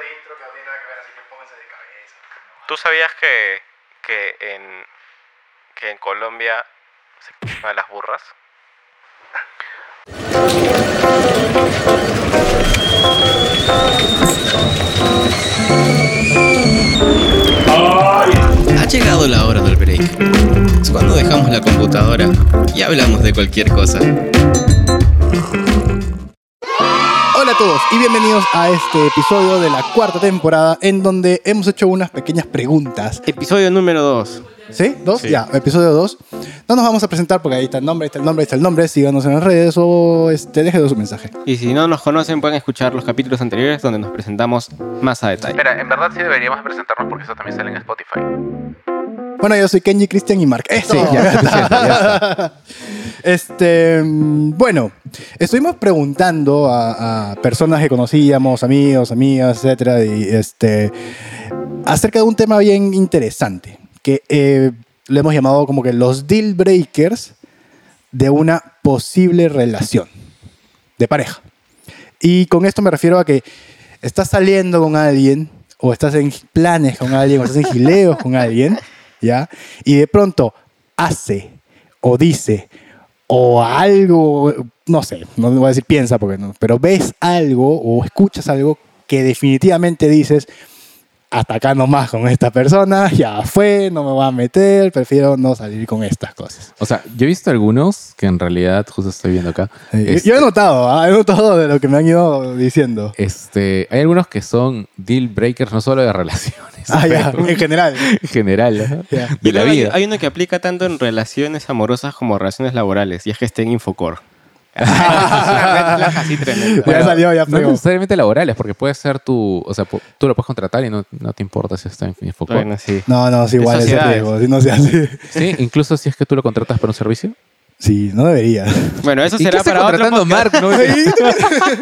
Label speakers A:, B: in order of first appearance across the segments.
A: filtro que no tiene nada que ver, así que pónganse de cabeza.
B: ¿Tú sabías que, que, en, que en Colombia se c- a las burras?
C: Ha llegado la hora del break. Es cuando dejamos la computadora y hablamos de cualquier cosa.
D: Hola a todos y bienvenidos a este episodio de la cuarta temporada en donde hemos hecho unas pequeñas preguntas.
C: Episodio número 2.
D: ¿Sí? ¿Dos? Ya, episodio 2. No nos vamos a presentar porque ahí está el nombre, ahí está el nombre, ahí está el nombre. Síganos en las redes o este, déjenos su mensaje.
C: Y si no nos conocen, pueden escuchar los capítulos anteriores donde nos presentamos más a detalle.
B: Espera, en verdad sí deberíamos presentarnos porque eso también sale en Spotify.
D: Bueno, yo soy Kenji, Cristian y Mark. ¡Eso!
C: Sí, ya,
D: Este, mm, bueno, estuvimos preguntando a, a personas que conocíamos, amigos, amigas, etcétera, y este, acerca de un tema bien interesante que eh, le hemos llamado como que los deal breakers de una posible relación de pareja. Y con esto me refiero a que estás saliendo con alguien o estás en planes con alguien o estás en gileos con alguien, ¿ya? Y de pronto hace o dice o algo, no sé, no voy a decir piensa porque no, pero ves algo o escuchas algo que definitivamente dices hasta acá nomás con esta persona, ya fue, no me voy a meter, prefiero no salir con estas cosas.
E: O sea, yo he visto algunos que en realidad, justo estoy viendo acá.
D: Eh, yo-
E: este,
D: Yo he notado, ¿ah? he notado de lo que me han ido diciendo.
E: este, hay algunos que son deal breakers, no solo de relaciones,
D: Ah, ya,
E: pero
D: en general.
E: en general, ¿no?
D: Ya.
E: de la
C: Hay-
E: vida.
C: Hay uno que aplica tanto en relaciones amorosas como relaciones laborales, y es que esté en Infocor. es una red flag así tremenda.
D: Ya salió, ya
E: No
D: pegó.
E: necesariamente laborales, porque puede ser tu. O sea, pu- tú lo puedes contratar y no, no te importa si está en Infocor.
C: Bueno, sí.
D: No, no, es igual ese
C: sociedades.
D: riesgo, si no se hace.
E: Sí, incluso si es que tú lo contratas para un servicio.
D: Sí, no debería.
C: Bueno, eso
E: ¿Y qué
C: será
E: está
C: para otro
E: contratando
C: podcast.
E: Mark? No,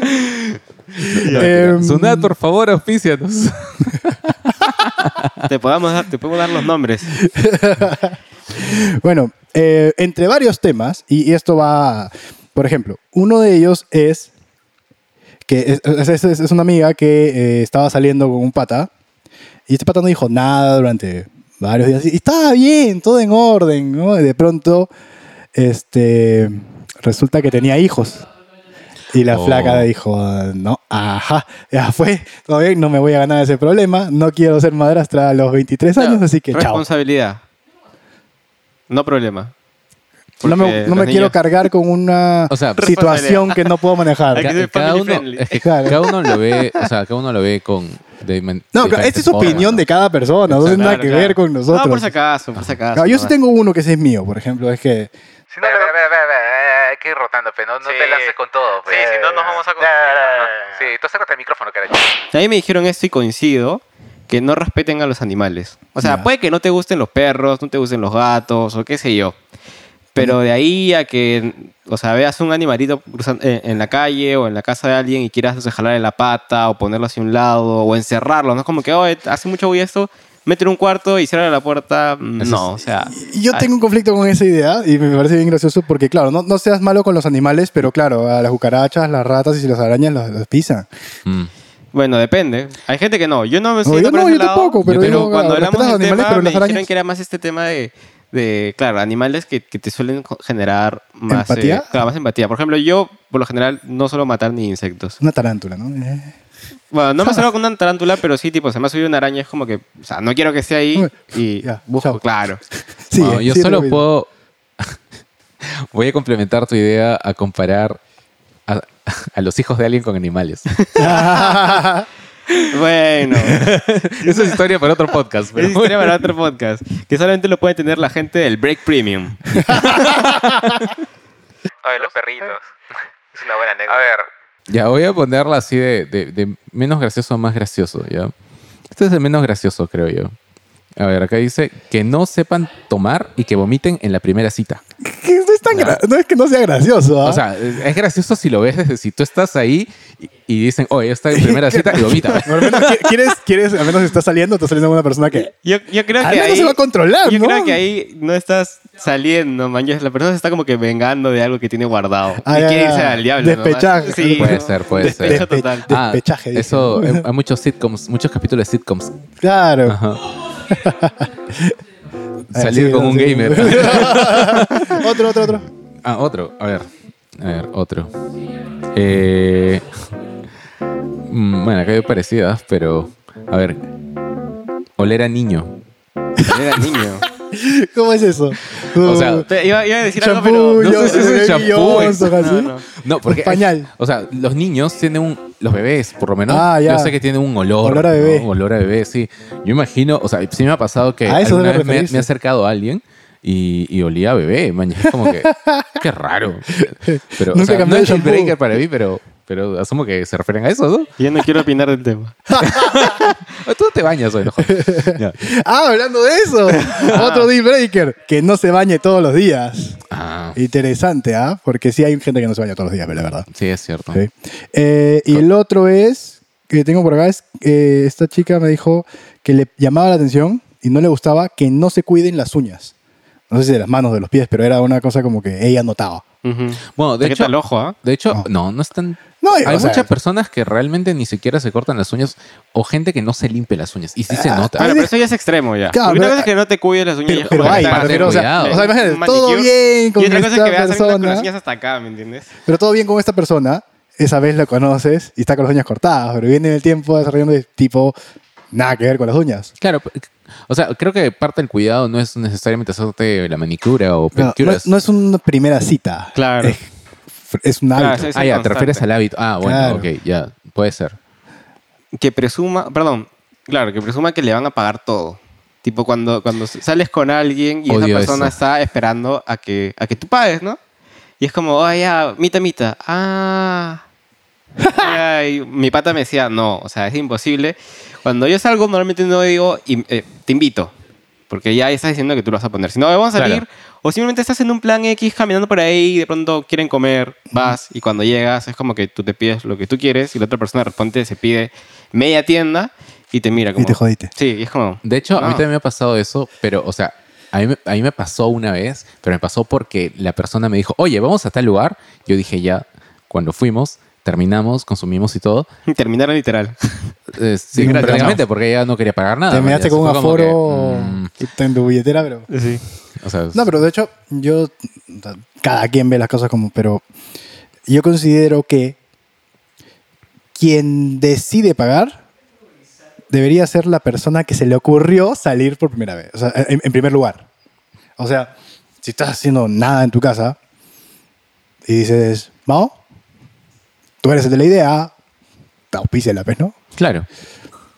D: Em,
E: Sunat, por favor, auspícianos.
C: Te, podamos dar, te podemos dar los nombres.
D: Bueno, eh, entre varios temas, y esto va, por ejemplo, uno de ellos es que es, es- es- es una amiga que eh, estaba saliendo con un pata, y este pata no dijo nada durante varios días, y estaba bien, todo en orden, ¿no? Y de pronto, este, resulta que tenía hijos. Y la
E: Oh.
D: flaca dijo, no, ajá, ya fue, todo bien, no me voy a ganar ese problema, no quiero ser madrastra a los 23 años, así que chao.
C: Responsabilidad. No problema.
D: No me,
C: Porque
D: no me
C: los
D: quiero
C: niños-
D: cargar con una
E: O sea,
D: situación que no puedo
C: Hay
D: manejar.
C: que
E: Ca-
C: ser
E: cada
C: family
E: uno,
C: friendly.
E: es que
D: Claro.
E: cada uno lo ve, o sea, cada uno lo ve con. de men-
D: No, claro,
E: diferentes
D: esta es opinión
E: formas,
D: de cada persona, no tiene nada
C: Claro,
D: que
C: claro.
D: ver con nosotros.
C: No, por si acaso, por si acaso.
D: Claro, yo sí
C: nomás.
D: tengo uno que ese es mío, por ejemplo, es que
B: Si
F: Espera, espera, espera, espera, eh, Hay que ir rotando, pero no, no
B: Sí.
F: te lances con todo.
B: Sí, si no nos vamos a confundir, ajá.
F: confundir. Sí, tú sacate el micrófono, carajo.
C: A mí me dijeron esto y coincido, que no respeten a los animales. O sea,
D: Ya.
C: puede que no te gusten los perros, no te gusten los gatos, o qué sé yo. Pero de ahí a que, o sea, veas un animalito cruzan- eh, en la calle o en la casa de alguien y quieras o sea, jalarle la pata o ponerlo hacia un lado o encerrarlo, ¿no? Es como que, oh, hace mucho voy esto, mételo en un cuarto y cierra la puerta. No, o sea...
D: y yo
C: ay,
D: tengo un conflicto con esa idea y me parece bien gracioso porque, claro, no, no seas malo con los animales, pero claro, a las cucarachas, las ratas y las arañas las, las pisan.
E: ¿no? Mm.
C: Bueno, depende. Hay gente que no. Yo no me
D: No, yo
C: por
D: no,
C: ese
D: yo tampoco, pero digo,
C: cuando
D: ah,
C: hablamos
D: respetas
C: del
D: a los animales,
C: tema,
D: pero
C: me
D: las
C: dijeron
D: arañas-
C: que era más este tema de, de, claro, animales que, que te suelen co- generar más... eh,
D: ¿Empatía?
C: claro, más empatía. Por ejemplo, yo, por lo general, no suelo matar ni insectos.
D: Una tarántula, ¿no? Eh.
C: Bueno, no me salgo con una tarántula, pero sí, tipo, se me ha subido una araña, es como que, o sea, no quiero que esté ahí y
D: Ya,
C: busco,
D: chao.
C: claro.
D: Sí,
E: Wow,
D: eh,
E: yo
D: sí,
E: solo
D: rápido.
E: puedo. Voy a complementar tu idea a comparar a, a los hijos de alguien con animales.
C: Bueno,
E: Esa es historia para otro podcast.
C: es
E: pero
C: historia para otro podcast, que solamente lo puede tener la gente del Break Premium.
F: Oye, los perritos. Es una buena anécdota. A ver,
E: Ya, voy a ponerla así de, de- de menos gracioso a más gracioso, ¿ya? Este es el menos gracioso, creo yo. A ver, acá dice que no sepan tomar y que vomiten en la primera cita.
D: ¿Qué es tan
E: Ya.
D: gra- no es que no sea gracioso. ¿ah?
E: O sea, es es gracioso si lo ves desde si tú estás ahí y, y dicen, oye, esta es mi primera cita y vomita.
D: Al menos qui- quieres, quieres, al menos si está saliendo, está saliendo con una persona que
C: Yo, yo creo
D: al
C: que
D: menos
C: ahí,
D: se va a controlar,
C: yo
D: ¿no?
C: creo que ahí no estás saliendo, man. Ya La persona se está como que vengando de algo que tiene guardado.
D: Ah,
C: y
D: ya,
C: quiere
D: ya.
C: irse al diablo. nomás.
D: Despechaje.
C: Sí,
E: Puede
C: ¿no?
E: ser, puede ser.
C: Despecho
D: Despe-
C: total.
E: Ah,
D: Despechaje, dice.
E: eso, eh, hay muchos sitcoms, muchos capítulos de sitcoms.
D: Claro.
E: Ajá.
D: Ah,
E: Salir
D: sí,
E: con
D: no,
E: un
D: sí.
E: gamer.
D: otro, otro, otro.
E: Ah, otro. A ver. A ver, otro. Eh, mm, bueno, acá hay parecidas, pero. A ver. Oler a niño.
C: Ah, Era niño.
D: ¿Cómo es eso? Uh,
E: O sea,
C: Te- Iba, iba a decir algo,
D: Champú,
C: pero...
E: no
D: yo-
E: sé si es un
D: Baby
E: champú,
D: Johnson,
E: es-
D: así.
C: no, no.
E: No, porque.
D: Un pañal.
E: o sea, los niños tienen un. Los bebés, por lo menos.
D: Ah, ya.
E: Yo sé que tienen un olor.
D: Olor a
E: ¿no?
D: bebé.
E: Olor a bebé, sí. Yo imagino. O sea, sí me ha pasado que.
D: A eso
E: alguna
D: debe
E: vez me,
D: referirse.
E: me ha acercado a alguien. Y, y olía a bebé, man. Es como que. qué raro. Pero, o
D: Nunca
E: sea,
D: cambié
E: no
D: de
E: es el
D: shampoo.
E: breaker para mí, pero, pero asumo que se refieren a eso, ¿no?
C: Yo no quiero opinar del tema.
E: Ah, Tú te bañas hoy, no jodas. Ya.
D: Ah, hablando de eso. otro deal breaker. Que no se bañe todos los días.
E: Ah,
D: Interesante, ¿ah? Porque sí hay gente que no se baña todos los días, la verdad.
E: sí, es cierto.
D: Sí. Eh, y el otro es, que tengo por acá, es eh, esta chica me dijo que le llamaba la atención y no le gustaba que no se cuiden las uñas. No sé si de las manos, de los pies, pero era una cosa como que ella notaba.
C: Ujú.
E: Bueno, de
C: ¿Qué
E: hecho,
C: tal ojo, ah?
E: de hecho,
D: No.
E: no, no están.
D: No, o
E: Hay
D: sea,
E: muchas personas que realmente ni siquiera se cortan las uñas o gente que no se limpia las uñas y sí se
D: Ah,
E: nota.
D: ah,
C: Bueno, pero eso ya es extremo ya.
D: Claro,
C: Porque una
D: pero-
C: cosa es que no te cuides las uñas.
D: Pero,
C: ya
D: pero
C: como que
D: hay,
E: la
C: estás
E: parte
D: pero,
E: de
D: o sea,
E: cuidado.
D: o sea, imagínate,
C: Un
D: todo
C: manicure.
D: bien con
C: Y otra cosa es
D: esta
C: que veas alguien con las
D: persona.
C: uñas hasta acá, ¿me entiendes?
D: Pero todo bien con esta persona, esa vez la conoces y está con las uñas cortadas, pero viene en el tiempo desarrollando de tipo nada que ver con las uñas.
E: Claro, p- o sea, creo que parte del cuidado no es necesariamente hacerte la manicura o
D: No, no,
E: pedicura.
D: no es una primera cita.
C: Claro.
D: Es, es un
C: Claro,
D: hábito.
C: sí, sí.
E: ah, ya, te
C: constante.
E: refieres al hábito. Ah, bueno,
D: Claro.
E: ok, ya, puede ser.
C: Que presuma, perdón, claro, que presuma que le van a pagar todo. Tipo cuando, cuando sales con alguien y
E: Odio
C: esa persona
E: eso.
C: está esperando a que, a que tú pagues, ¿no? Y es como, oh, ya, mita, mita. Ah. Ay, mi pata me decía, no, o sea, es imposible. Cuando yo salgo, normalmente no digo, "Y- eh, te invito. Porque ya estás diciendo que tú lo vas a poner. Si no, vamos a
E: Claro.
C: salir. O simplemente estás en un plan X caminando por ahí y de pronto quieren comer, vas y cuando llegas es como que tú te pides lo que tú quieres y la otra persona responde, se pide media tienda y te mira como...
D: Y te jodiste.
C: Sí, y es como...
E: De hecho,
D: Ah.
E: a mí
C: no.
E: también me ha pasado eso, pero, o sea, a mí, me- a mí me pasó una vez, pero me pasó porque la persona me dijo, oye, vamos a tal lugar. Yo dije, ya, cuando fuimos, terminamos, consumimos y todo.
C: Terminaron literal.
E: Eh, sí,
D: Sin un
E: prácticamente,
D: brazo.
E: porque ella no quería pagar nada.
D: Te
E: man,
D: miraste
E: ya se
D: con un
E: fue como que,
D: aforo
E: mm,
D: en tu billetera, pero...
C: Sí.
E: o sea,
D: No, pero de hecho, yo. Cada quien ve las cosas como. Pero yo considero que. Quien decide pagar. Debería ser la persona que se le ocurrió salir por primera vez. O sea, en, en primer lugar. O sea, si estás haciendo nada en tu casa. Y dices, Mao, tú eres el de la idea. Te auspicia la vez, ¿no?
E: claro.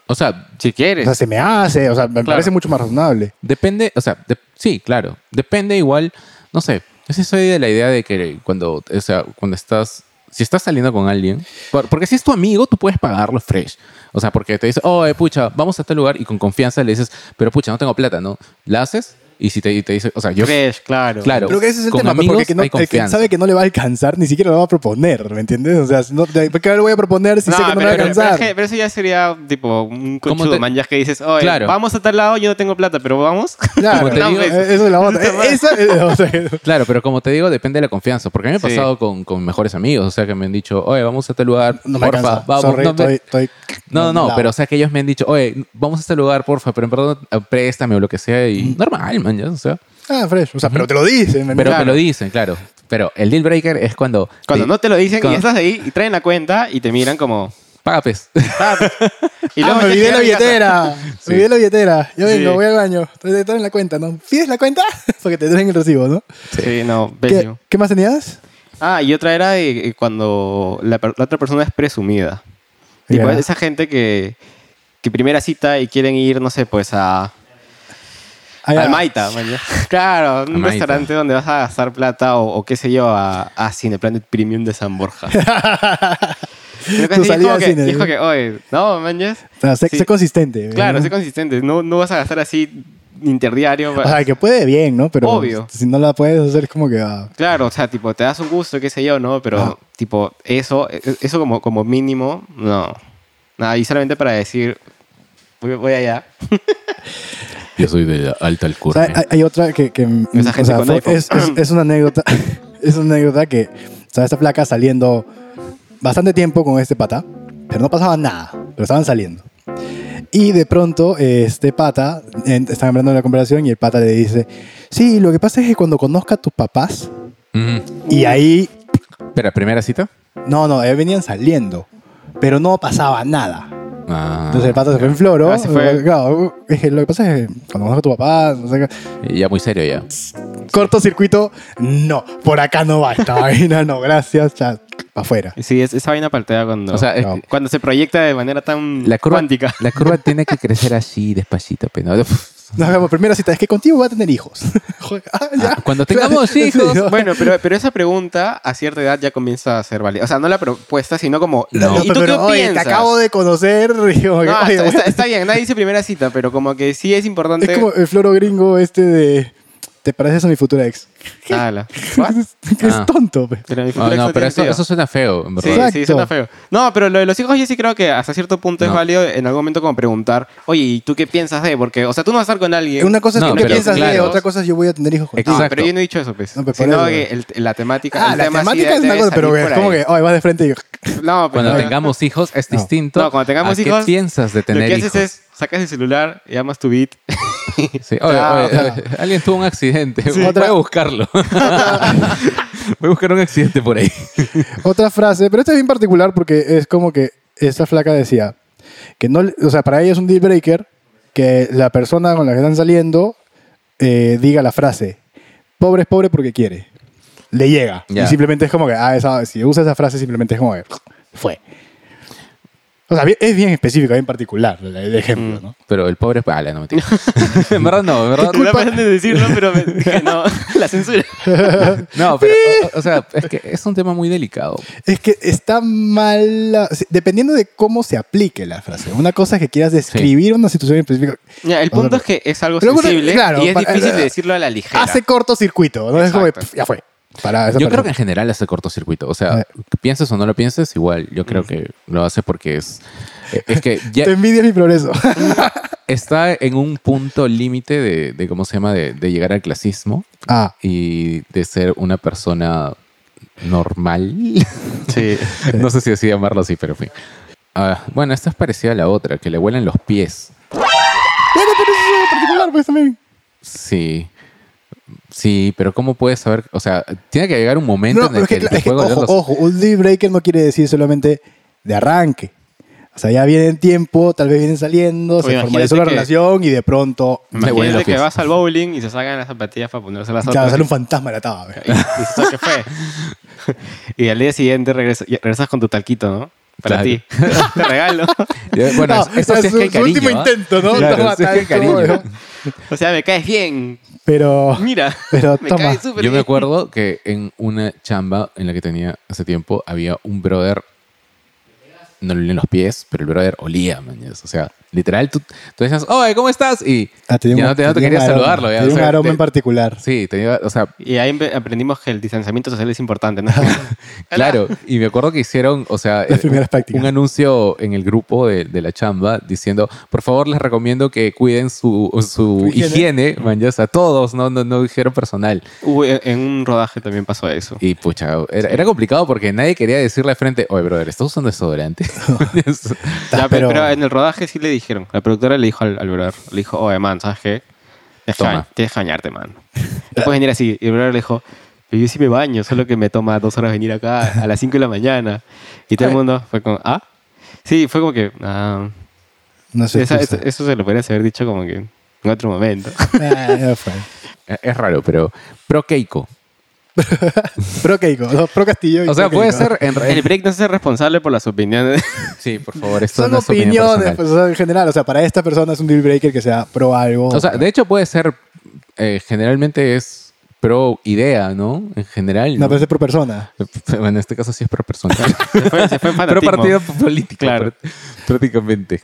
E: O sea,
C: Si
D: O
C: quieres.
D: sea, se me hace. O sea, me parece mucho más razonable.
E: Depende, o sea, de- sí, claro. Depende igual, no sé. Yo sí soy de la idea de que cuando, o sea, cuando estás, si estás saliendo con alguien, por- porque si es tu amigo, tú puedes pagarlo fresh. O sea, porque te dice, oh, pucha, vamos a este lugar y con confianza le dices, pero pucha, no tengo plata, ¿no? La haces y si te, y te dice, o sea, yo...
C: Fresh, claro.
E: Claro,
D: Pero que ese es el
E: con
D: tema, pues,
E: amigos
D: porque que no-
E: hay
D: el que
E: confianza.
D: sabe que no le va a alcanzar, ni siquiera lo va a proponer, ¿me entiendes? O sea, no, de- ¿por qué le voy a proponer si sé que no me va a
C: pero, pero es
D: alcanzar?
C: que- pero eso ya sería tipo un
E: ¿Cómo
C: conchudo
E: te-
C: man, ya es que dices, oye,
E: Claro.
C: vamos a tal lado, yo no tengo plata, pero vamos.
D: Claro,
E: como te
D: no,
E: digo-
D: eh, eso es la otra. Eh, Esa es la otra.
E: Claro, pero como te digo, depende de la confianza. Porque a mí me ha
C: Sí.
E: pasado con, con mejores amigos, o sea, que me han dicho, oye, vamos a este lugar,
D: No me
E: porfa,
D: alcanza.
E: vamos,
D: Sorry,
E: no me-
D: estoy, estoy-
E: No, no,
D: la-
E: pero o sea que ellos me han dicho, oye, vamos a este lugar, porfa, pero en verdad eh, préstame o lo que sea. Y normal, man, ya, o sea.
D: Ah, fresh. O sea, pero te lo dicen. ¿me
E: Pero
D: entiendes?
E: me lo dicen, claro. Pero el deal breaker es cuando.
C: Cuando no te lo dicen y
E: Cuando-
C: estás ahí y traen la cuenta y te miran como...
E: Paga pues. pez.
C: "Ah". Y
D: ah, me
C: ya
D: olvidé
C: llegaron
D: la
C: a mi casa.
D: billetera.
E: Sí.
D: Me olvidé la billetera. Yo vengo,
C: Sí.
D: voy al baño. Te te traen la cuenta, ¿no? ¿Pides la cuenta? Porque te traen el recibo, ¿no?
C: Sí, no,
D: ¿Qué,
C: pésimo.
D: qué más tenías?
C: Ah, y otra era de, eh, cuando la, per- la otra persona es presumida. Tipo,
D: Ya.
C: esa gente que, que primera cita y quieren ir, no sé, pues a,
D: Ah, ya.
C: al Maita. man, ya. Claro, un
E: Maita.
C: restaurante donde vas a gastar plata o, o qué sé yo, a, a Cineplanet Premium de San Borja. Una cosa
D: Tu
C: así, es
D: salida
C: como
D: al
C: que,
D: cine,
C: y es como
D: ¿no?
C: que, oye, no, man, ya es-
D: O sea, sé,
C: Sí.
D: sé consistente.
C: Claro,
D: ¿no?
C: sé consistente. No, no vas a gastar así interdiario.
D: O sea, que puede bien, ¿no? Pero
C: Pues, Obvio.
D: si no la puedes hacer, es como que... ah,
C: Claro, o sea, tipo, te das un gusto, qué sé yo, ¿no? Pero,
D: Ah.
C: tipo, eso, e- eso como, como mínimo, no. Nada, y solamente para decir, voy, voy allá.
E: Yo soy de la alta
D: O sea,
E: alcurnia.
D: hay, hay otra que... que mm,
C: Esa
D: o
C: gente
D: sea,
C: con
D: fue-
C: iPhone.
D: es, es- es una anécdota. es una anécdota que... O sea, esta placa saliendo bastante tiempo con este pata, pero no pasaba nada, pero estaban saliendo. Y de pronto, eh, este pata, en- están hablando de la comparación y el pata le dice, sí, lo que pasa es que cuando conozca a tus papás,
E: Ujú.
D: y ahí
E: Espera, ¿primera cita?
D: No, no, ellos venían saliendo, pero no pasaba nada.
E: Ah,
D: Entonces el pato se fue en floro. eh,
C: Ah, se fue.
D: Claro, dije, lo que pasa es que cuando vas a tu papá, no sé qué.
E: ya muy serio ya.
D: cortocircuito, no, por acá no va esta vaina, no, gracias, ya, pa' afuera.
C: Sí, es, esa vaina paltea cuando,
E: o sea, es-
D: no.
C: cuando se proyecta de manera tan
E: la curva,
C: cuántica.
E: la curva tiene que crecer así, despacito. pues, Pero
D: Nos vemos, primera cita, es que contigo voy a tener hijos. Joder, ah, ya.
E: Ah, cuando tengamos
D: Sí,
E: hijos.
D: ¿no?
C: Bueno, pero, pero esa pregunta a cierta edad ya comienza a ser válida. O sea, no la propuesta, sino como...
E: No.
C: ¿Y tú
D: pero,
C: qué
D: oye,
C: piensas?
D: te acabo de conocer. y como que,
C: No,
D: oye,
C: está,
D: voy a-
C: está- está bien, nadie dice primera cita, pero como que sí es importante...
D: es como el floro gringo este de, te pareces a mi futura ex.
C: Ala.
D: Que
E: Ah.
D: es tonto. pe.
C: Pero mi
E: Ah,
C: flex
E: no, pero
C: tiene
E: eso,
C: sentido.
E: eso suena feo, en
C: Sí,
E: verdad.
C: sí,
D: Exacto.
C: suena feo. No, pero lo de los hijos yo sí creo que hasta cierto punto es
E: No.
C: válido en algún momento como preguntar, oye, ¿y tú qué piensas de? Porque, o sea, tú no vas a estar con alguien.
D: Una cosa es
E: No,
D: tú que
E: pero
D: piensas de,
E: claro.
D: otra cosa es yo voy a tener hijos
C: No,
D: contigo.
E: Exacto.
C: pero yo no he dicho eso, pues.
D: No, pero por
C: Sino
D: eso.
C: que el- la temática...
D: Ah,
C: el
D: la
C: tema sí
D: temática es
C: debe
D: una cosa, pero
C: salir
D: es
C: por
D: como
C: ahí.
D: que, oye, vas de frente y
C: No, pero-
E: Cuando tengamos hijos es
D: No.
E: distinto.
C: No, cuando tengamos
E: a
C: hijos,
E: ¿Qué piensas de
C: Lo
E: tener
C: que haces
E: hijos?
C: es, sacas el celular, llamas tu beat.
E: Sí, oye,
D: Ah,
E: oye,
D: claro.
E: oye, alguien tuvo un accidente.
D: Sí.
E: Voy
D: Otra-
E: a buscarlo. Voy a buscar un accidente por ahí.
D: Otra frase, pero esta es bien particular porque es como que esta flaca decía que no, le- o sea, para ella es un deal breaker que la persona con la que están saliendo eh, diga la frase, pobre es pobre porque quiere. Le llega.
E: Ya.
D: Y simplemente es como que, ah, esa- si usa esa frase simplemente es como que, fue. O sea, bien- es bien específica, bien particular el el ejemplo, ¿no?
E: Pero el pobre... Ah, no, mentira. en verdad no, en verdad
C: Estaba pensando en decirlo, pero me dije, no, la censura.
E: No, pero, o, o sea, es que es un tema muy delicado.
D: Es que está mal, la- sí, dependiendo de cómo se aplique la frase. Una cosa es que quieras describir una situación específica.
C: Ya, el punto es que es algo
D: Pero bueno,
C: sensible
D: claro,
C: y es
D: para-
C: difícil de decirlo a la ligera.
D: Hace cortocircuito, ¿no? Es como, que,
C: Exacto.
D: pf, ya fue. Para esa
E: Yo creo
D: persona.
E: que en general hace cortocircuito. O sea,
D: Eh. Mm.
E: pienses o no lo pienses, igual. Yo creo que lo hace porque es... eh, Es que ya
D: Te envidia mi progreso.
E: está en un punto límite de, de, ¿cómo se llama? De, de llegar al clasismo
D: ah,
E: y de ser una persona normal.
C: Sí.
E: no sé si así llamarlo así, pero en fin. Ah, bueno, esta es parecida a la otra, que le huelen los pies.
D: bueno, pero eso es particular, pues también.
E: Sí. Sí, pero ¿cómo puedes saber? O sea, tiene que llegar un momento
D: No,
E: en
D: pero
E: el
D: es que,
E: que,
D: cla-
E: te
D: es que,
E: puede oler
D: ojo,
E: los-
D: ojo, un deal breaker no quiere decir solamente de arranque. O sea, ya viene el tiempo, tal vez vienen saliendo,
C: Oye,
D: se formalizó la
C: imagínate que-
D: relación y de pronto
E: Me huelen los
C: Imagínate que
E: pies.
C: vas al bowling y se sacan las zapatillas para ponerse las
D: claro,
C: otras.
D: sale un fantasma de la taba.
C: Y dices, "Oh, ¿qué fue? Y al día siguiente regresa- y regresas con tu talquito, ¿no? Para
E: Claro.
C: ti. Te regalo.
E: Ya, Bueno,
D: No,
E: es- esto
D: es
E: sí es que hay
D: su- su
E: cariño.
D: último
E: ¿ah?
D: intento, ¿no?
E: Claro,
D: Toma,
E: sí es que hay
D: tal, como,
E: cariño.
D: ¿no?
C: O sea, me caes bien.
D: Pero,
C: Mira.
D: pero
C: Me
D: toma.
C: caes súper
E: Yo me
C: bien.
E: acuerdo que en una chamba en la que tenía hace tiempo había un brother, no le olían los pies, pero el brother olía, mañas. O sea, literal, tú, tú decías, oye, ¿cómo estás? Y
D: Ah, tenía
E: ya
D: un-
E: no te, no te
D: tenía un
E: querías
D: aroma,
E: saludarlo. Ya,
D: tenía
E: o
D: un
E: sea,
D: aroma
E: te-
D: en particular.
E: Sí, tenía, o sea,
C: Y ahí empe- aprendimos que el distanciamiento social es importante, ¿no?
E: Claro, y me acuerdo que hicieron, o sea,
D: Las
E: eh,
D: primeras prácticas.
E: un anuncio en el grupo de, de la chamba diciendo, por favor, les recomiendo que cuiden su, su
D: Higiene.
E: higiene, man, ya, o sea, todos, no, no, no dijeron personal.
C: Hubo- eh, en un rodaje también pasó eso.
E: Y pucha, era, era complicado porque nadie quería decirle al frente, oye, brother, ¿estás usando desodorante?
D: Ta,
C: Ya, pe-
D: Ah, pero,
C: pero...
E: eh,
C: en el rodaje sí le dijeron. La productora le dijo al, al brother, le dijo, oye, man, ¿sabes qué? Tienes que
E: Toma.
C: bañ- tienes que bañarte, man. No puedes venir así. Y el brother le dijo, pero yo sí me baño, solo que me toma dos horas venir acá a las 5 de la mañana. Y todo el mundo fue como, ¿ah? Sí, fue como que, ah,
D: no sé.
C: esa-
D: tú
C: eso,
D: sabes.
C: eso se lo podrías haber dicho como que en otro momento.
D: Ah, ya fue.
E: Es- es raro, pero pro Keiko.
D: Pro Keiko, no, Pro Castillo. y
E: O sea,
D: pro
E: puede
D: Keiko.
E: ser en
C: El
E: realidad.
C: break no se hace responsable por las opiniones.
E: Sí, por favor, esto
D: Son
E: no es opinión
D: opiniones,
E: personal.
D: pues, o sea, en general. O sea, para esta persona es un deal breaker que sea pro algo.
E: O sea, de hecho puede ser, eh, generalmente es pro idea, ¿no? En general.
D: no,
E: ¿no?
D: pero es pro persona.
E: Bueno, en este caso sí es pro persona.
C: Se fue, se fue en
E: pro
C: fanatismo.
E: partido político,
C: Claro.
E: prá- prácticamente.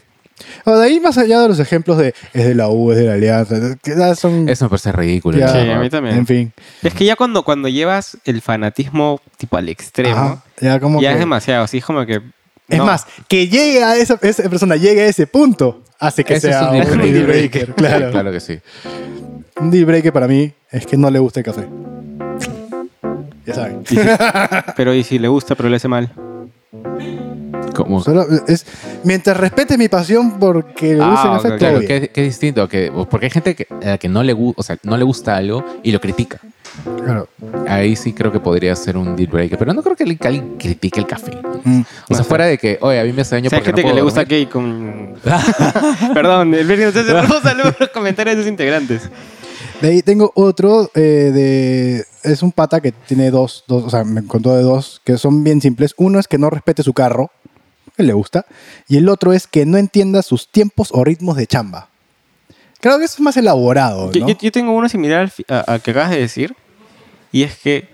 D: O de ahí, más allá de los ejemplos de es de la U, es de la Alianza, que ya son.
E: Eso me parece ridículo.
D: ya-
E: la
C: Sí, a
E: verdad.
C: mí también.
D: En fin.
C: Es que ya cuando, cuando llevas el fanatismo tipo al extremo,
D: Ajá, ya como
C: ya
D: que-
C: es demasiado. Sí, es como que.
D: Es
C: no.
D: más, que llegue a esa, esa persona, llegue a ese punto, hace que
E: Ese es
D: sea
E: un deal
D: deal
E: breaker.
D: breaker,
E: Sí,
D: Claro.
E: claro que sí.
D: Un deal breaker para mí es que no le gusta el café. Ya saben.
C: y si- pero y si le gusta, pero le hace mal.
E: Como-
D: Solo es, mientras respete mi pasión porque le gusta
E: Ah,
D: el café,
E: claro,
D: todo bien.
E: que, que es distinto. Que, porque hay gente que, a la que no le, gu- o sea, no le gusta algo y lo critica.
D: Claro.
E: Ahí sí creo que podría ser un deal breaker. Pero no creo que alguien- que alguien critique el café.
D: Mm.
E: O sea, fuera de que, oye, a mí me hace daño
C: O sea, hay
E: porque
C: gente
E: no
C: que
E: puedo
C: le
D: ¿eh?
C: gusta
E: dormir".
C: gay con. Perdón, el Virgen entonces un saludo a los comentarios de sus integrantes.
D: De ahí tengo otro eh, de... Es un pata que tiene dos, dos, o sea, me contó de dos, que son bien simples. Uno es que no respete su carro, que le gusta. Y el otro es que no entienda sus tiempos o ritmos de chamba. Creo que eso es más elaborado,
C: Yo,
D: Pues ¿no?
C: yo- yo tengo uno similar al, fi- a- al que acabas de decir, y es que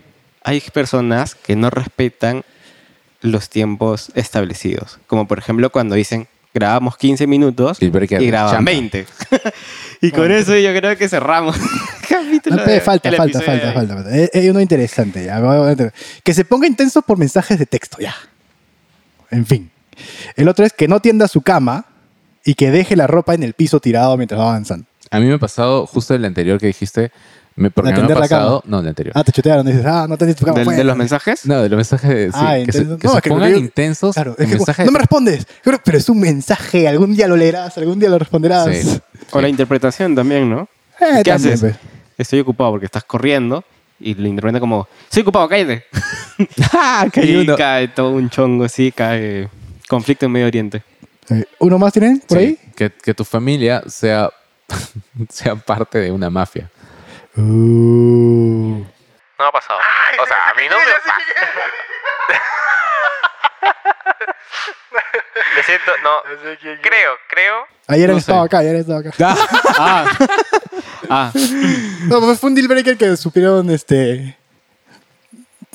C: hay personas que no respetan los tiempos establecidos. Como por ejemplo cuando dicen grabamos 15 minutos
E: Deal breaker,
C: y graban
E: chamba.
C: 20. y con eso yo creo que cerramos. el capítulo
D: No, pe,
C: de-
D: falta,
C: el
D: falta,
C: episodio
D: falta,
C: de-
D: falta, falta. Eh, eh, uno interesante. ya. Va- va- va- Que se ponga intenso por mensajes de texto, ya. En fin. El otro es que no tienda su cama y que deje la ropa en el piso tirado mientras va avanzando.
E: A mí me ha pasado justo el anterior que dijiste. Me, porque
D: ¿De
E: me ha
D: atender la
E: pasado. No, el anterior.
D: Ah, te chutearon. Dices, ah, no tendiste tu cama.
C: ¿Del- ¿De,
D: pues.
C: los mensajes?
E: No, de los mensajes de- sí,
D: Ah,
E: que se,
D: entonces-
E: que
D: no,
E: se
D: es que
E: pongan
D: creo-
E: intensos.
D: Claro, es
E: en
D: que como,
E: mensajes
D: no me respondes. Pero, pero es un mensaje. Algún día lo leerás, algún día lo responderás.
E: de- Sí.
C: O la interpretación también, ¿no?
D: Eh,
C: ¿Qué
D: también,
C: haces?
D: pues.
C: Estoy ocupado porque estás corriendo y lo interpreta como, estoy ocupado, cállate.
E: Ah, que hay
C: y
E: uno.
C: cae todo un chongo, sí, cae conflicto en Medio Oriente.
D: Eh, ¿Uno más tienen por
E: Sí,
D: ahí?
E: Que, que tu familia sea, sea parte de una mafia.
D: Uh.
F: No me ha pasado. o sea, a mí no me pasa.
B: Me siento, no. Creo, creo.
D: Ayer
E: No
D: han estado
E: sé.
D: acá, ayer han estado acá.
C: Ah, ah,
D: No, pues fue un deal breaker que supieron este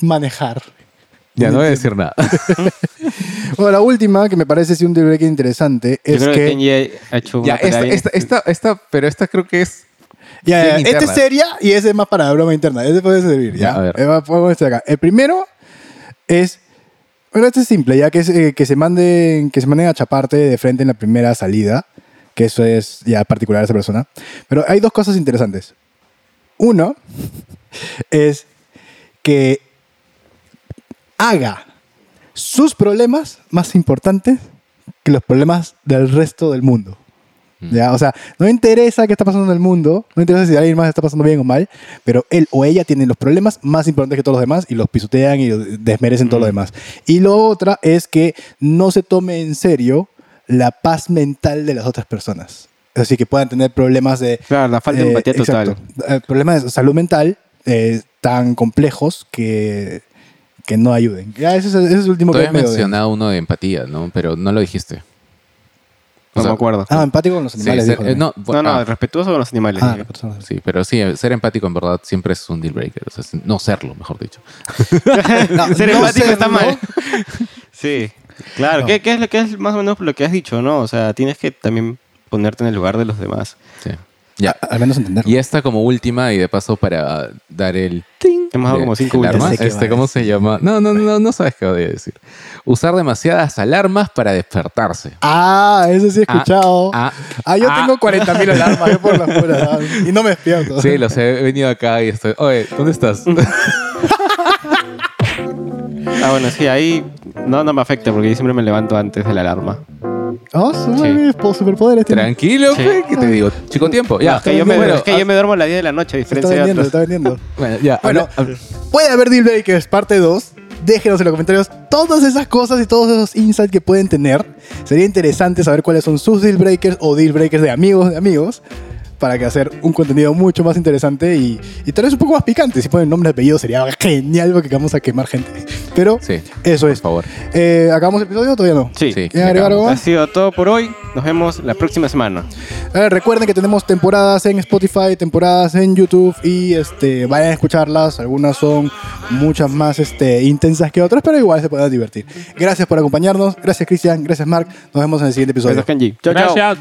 D: manejar.
E: Ya no voy a decir nada.
D: Bueno, la última, que me parece sí un deal breaker interesante,
C: yo
D: es
C: creo que,
D: que.
C: Kenji ha hecho una
E: ya,
C: pelea
E: esta,
C: bien-
E: esta, esta, esta, pero esta creo que es.
D: Ya, ya,
E: bien
D: este
E: interna.
D: es seria y ese es más para la broma interna. Este puede servir, ya.
E: Ya, a ver.
D: Eh, va- vamos a este acá. El primero es. Bueno, este es simple, ya que, es, eh, que, se manden, que se manden a chaparte de frente en la primera salida, que eso es ya particular a esa persona. Pero hay dos cosas interesantes. Uno es que haga sus problemas más importantes que los problemas del resto del mundo. ¿Ya? O sea, no interesa qué está pasando en el mundo, no interesa si alguien más está pasando bien o mal, pero él o ella tiene los problemas más importantes que todos los demás y los pisotean y desmerecen todo lo demás. Y lo otra es que no se tome en serio la paz mental de las otras personas. Así que puedan tener problemas de,
C: Claro, la falta de
D: eh,
C: empatía total.
D: exacto. Eh, problemas de salud mental eh, tan complejos que, que no ayuden. Ya, ese es, ese es el último
E: Tú
D: que
E: habías
D: me doy.
E: mencionado uno de empatía, ¿no? Pero no lo dijiste.
C: No
E: O sea,
C: me acuerdo.
D: Ah, empático con los
E: sí,
D: animales.
E: ser-
D: dijo,
E: eh, no,
C: no, no,
E: ah,
C: respetuoso con los animales.
D: Ah,
C: digo.
D: no,
E: sí, pero sí, ser empático en verdad siempre es un deal breaker. O sea, sin- no serlo, mejor dicho.
C: Ser
D: no
C: empático
D: sé,
C: está
D: ¿no?
C: mal. sí, claro. ¿Qué, qué es lo que es más o menos lo que has dicho, no? O sea, tienes que también ponerte en el lugar de los demás.
E: Sí. Ya.
D: Al menos entenderlo.
E: Y esta como última y de paso para dar el...
C: Hemos dado
E: de-
C: como cinco
E: el arma,
D: Ya sé qué
E: este,
D: va a
E: ¿Cómo
D: decir.
E: se llama? No, no, no, no sabes qué voy a decir. Usar demasiadas alarmas para despertarse.
D: Ah, eso sí he
E: Ah,
D: escuchado. Ah,
E: ah,
D: yo
E: ah.
D: tengo 40.000 alarmas yo por las puras. ah, Y no me despierto.
E: Sí, los he venido acá y estoy... Oye, ¿dónde estás?
C: Ah, bueno, sí, ahí no, no me afecta porque yo siempre me levanto antes de la alarma.
D: Oh, son
C: Sí.
D: mis po- superpoderes. tiene.
E: Tranquilo, fe, que te digo, chico tiempo, ya.
C: No, es que, yo me,
E: bueno,
C: es que yo me duermo a las 10 de la noche, a
D: Se está
C: diferencia de
D: vendiendo, se
C: otros.
D: está vendiendo.
E: ah, bueno, ya.
D: Bueno,
E: habla-
D: puede haber Deal Breakers parte 2. Déjenos en los comentarios todas esas cosas y todos esos insights que pueden tener. Sería interesante saber cuáles son sus Deal Breakers o Deal Breakers de amigos de amigos. para que hacer un contenido mucho más interesante y, y tal vez un poco más picante. Si ponen nombre y apellido sería genial porque vamos a quemar gente. Pero
E: Sí,
D: eso
E: por
D: es.
E: favor.
D: Eh, ¿Acabamos el episodio o todavía no?
C: Sí.
E: Sí.
D: ¿Quieren agregar algo
C: Ha
D: más?
C: sido todo por hoy. Nos vemos la próxima semana.
D: Eh, recuerden que tenemos temporadas en Spotify, temporadas en YouTube y este, vayan a escucharlas. Algunas son muchas más este, intensas que otras, pero igual se pueden divertir. Gracias por acompañarnos. Gracias, Cristian. Gracias, Mark. Nos vemos en el siguiente episodio.
C: Gracias, Kenji. Chao, chao.
E: Gracias.